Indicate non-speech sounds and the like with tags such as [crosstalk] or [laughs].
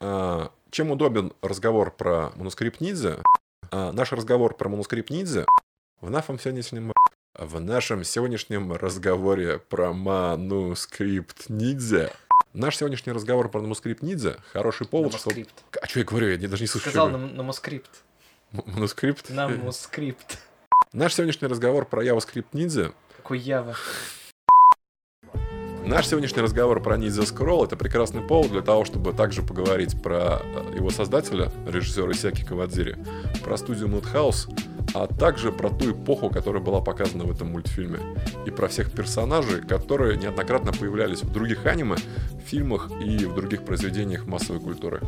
А, Чем удобен разговор про манускрипт Нидзе? А, наш разговор про манускрипт Нидзе в нашем сегодняшнем... В нашем сегодняшнем разговоре про манускрипт Нидзе Наш сегодняшний разговор про манускрипт Нидзе – хороший повод, чтобы... Намоскрипт. А что я говорю? Я не- даже не слышу. Сказал что я нам- намоскрипт. говорю. М- Манускрипт? [laughs] Намоскрипт. Наш сегодняшний разговор про Ява Скрипт Нидзе Какой Ява. Наш сегодняшний разговор про Ниндзя Скролл это прекрасный повод для того, чтобы также поговорить про э, его создателя, режиссера Исяки Кавадзири, про студию Мудхаус, а также про ту эпоху, которая была показана в этом мультфильме, и про всех персонажей, которые неоднократно появлялись в других аниме, фильмах и в других произведениях массовой культуры.